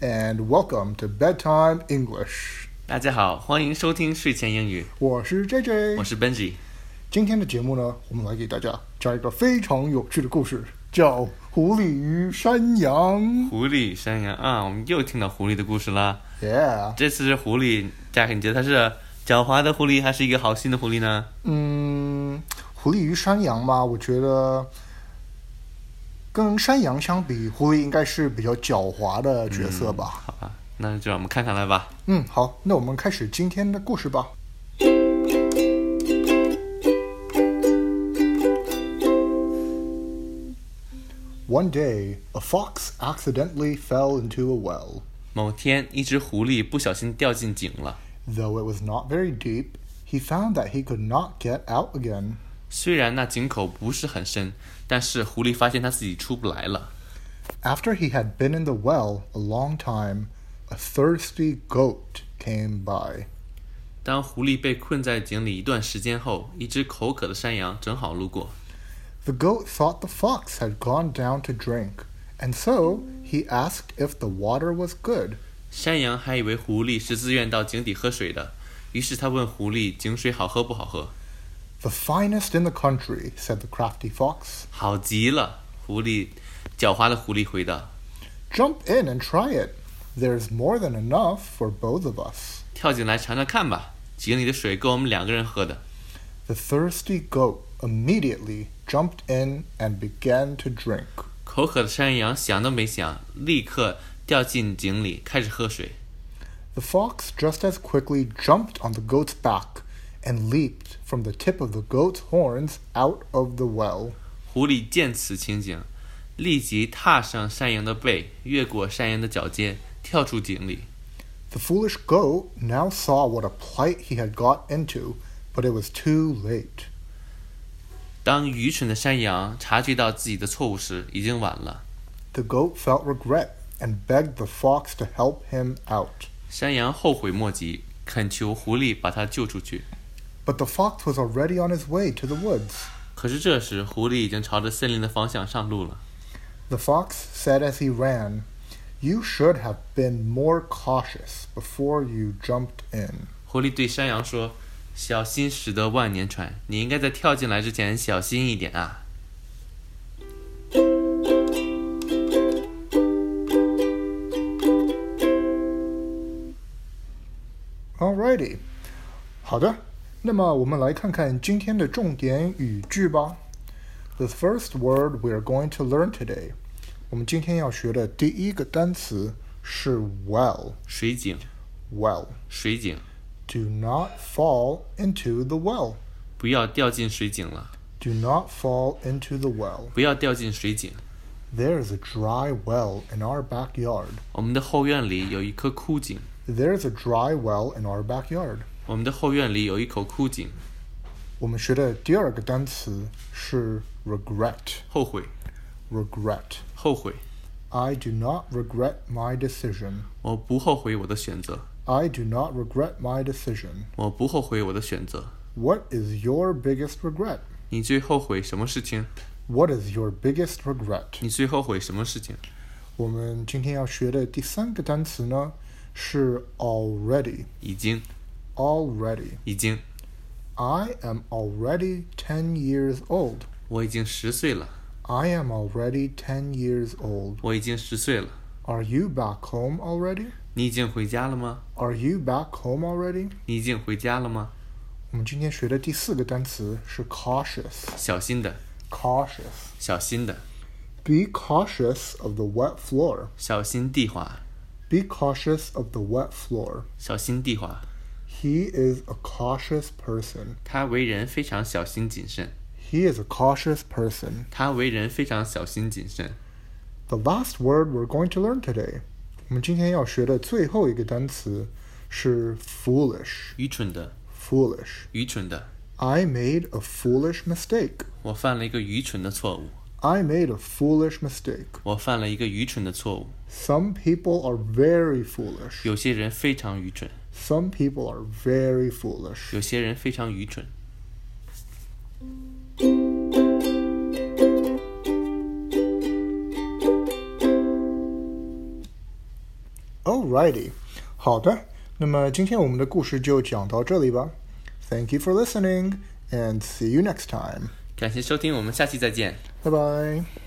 and welcome to Bedtime English。大家好，欢迎收听睡前英语，我是 J J，我是 Benji。今天的节目呢，我们来给大家讲一个非常有趣的故事，叫《狐狸与山羊》。狐狸、山羊啊，我们又听到狐狸的故事啦。 Yeah，这次是狐狸，嘉肯，你觉得它是狡猾的狐狸，还是一个好心的狐狸呢？嗯，狐狸与山羊嘛，我觉得跟山羊相比，狐狸应该是比较狡猾的角色吧。好吧，那就让我们看看来吧。嗯，好，那我们开始今天的故事吧。One day, a fox accidentally fell into a well. 某天，一只狐狸不小心掉进井了， Though it was not very deep, he found that he could not get out again. 虽然那井口不是很深，但是狐狸发现它自己出不来了。 After he had been in the well a long time, a thirsty goat came by. 当狐狸被困在井里一段时间后，一只口渴的山羊正好路过， The goat thought the fox had gone down to drink, and so he asked if the water was good. 山羊还以为狐狸是自愿到井底喝水的，于是他问狐狸井水好喝不好喝。 The finest in the country, said the crafty fox. 好极了，狐狸，狡猾的狐狸回答 Jump in and try it. There's more than enough for both of us.：“ 跳进来尝尝看吧，井里的水够我们两个人喝的。 The thirsty goat immediately jumped in and began to drink. ”口渴的山羊想都没想，立刻掉进井里开始喝水。 The fox just as quickly jumped on the goat's back and leaped from the tip of the goat's horns out of the well. 狐狸见此情景，立即踏上山羊的背，越过山羊的脚尖，跳出井里。 The foolish goat now saw what a plight he had got into, but it was too late. 当愚蠢的山羊察觉到自己的错误时，已经晚了。 The goat felt regret and begged the fox to help him out. 山羊后悔莫及，恳求狐狸把它救出去。 But the fox was already on his way to the woods. 可是这时，狐狸已经朝着森林的方向上路了。 The fox said as he ran, You should have been more cautious before you jumped in. 狐狸对山羊说：“小心驶得万年船，你应该在跳进来之前小心一点啊。 Alrighty，好的，那么我们来看看今天的重点语句吧。The first word we are going to learn today，我们今天要学的第一个单词是 well。” 水井， Well, 水井， do not fall into the well. 不要掉进水井了， Do not fall into the well. 不要掉进水井。 There is a dry well in our backyard. 我们的后院里有一颗枯井， There is a dry well in our backyard. 我们的后院里有一口枯井。我们学的第二个单词是 regret. 后悔， Regret. 后悔， I do not regret my decision. 我不后悔我的选择， I do not regret my decision. 我不后悔我的选择。 What is your biggest regret? 你最后悔什么事情？ What is your biggest regret? 你最后悔什么事情？我们今天要学的第三个单词呢是 already。已经， Already. 已经， I am already 10 years old. 我已经十岁了， I am already 10 years old. 我已经十岁了。 Are you back home already? 你已经回家了吗？ Are you back home already? 你已经回家了吗？我们今天学的第四个单词是 cautious. 小心的， Cautious. 小心的， Be cautious of the wet floor. 小心地滑， Be cautious of the wet floor. 小心地滑。 He is a cautious person. 他为人非常小心谨慎， He is a cautious person. 他为人非常小心谨慎。 The last word we're going to learn today，我们今天要学的最后一个单词是 foolish。愚蠢的， Foolish. 愚蠢的， I made a foolish mistake. 我犯了一个愚蠢的错误， I made a foolish mistake. 我犯了一个愚蠢的错误。 Some people are very foolish. 有些人非常愚蠢， Some people are very foolish. 有些人非常愚蠢。 Alrighty，好的，那么今天我们的故事就讲到这里吧。Thank you for listening and see you next time. 感谢收听，我们下期再见。拜拜。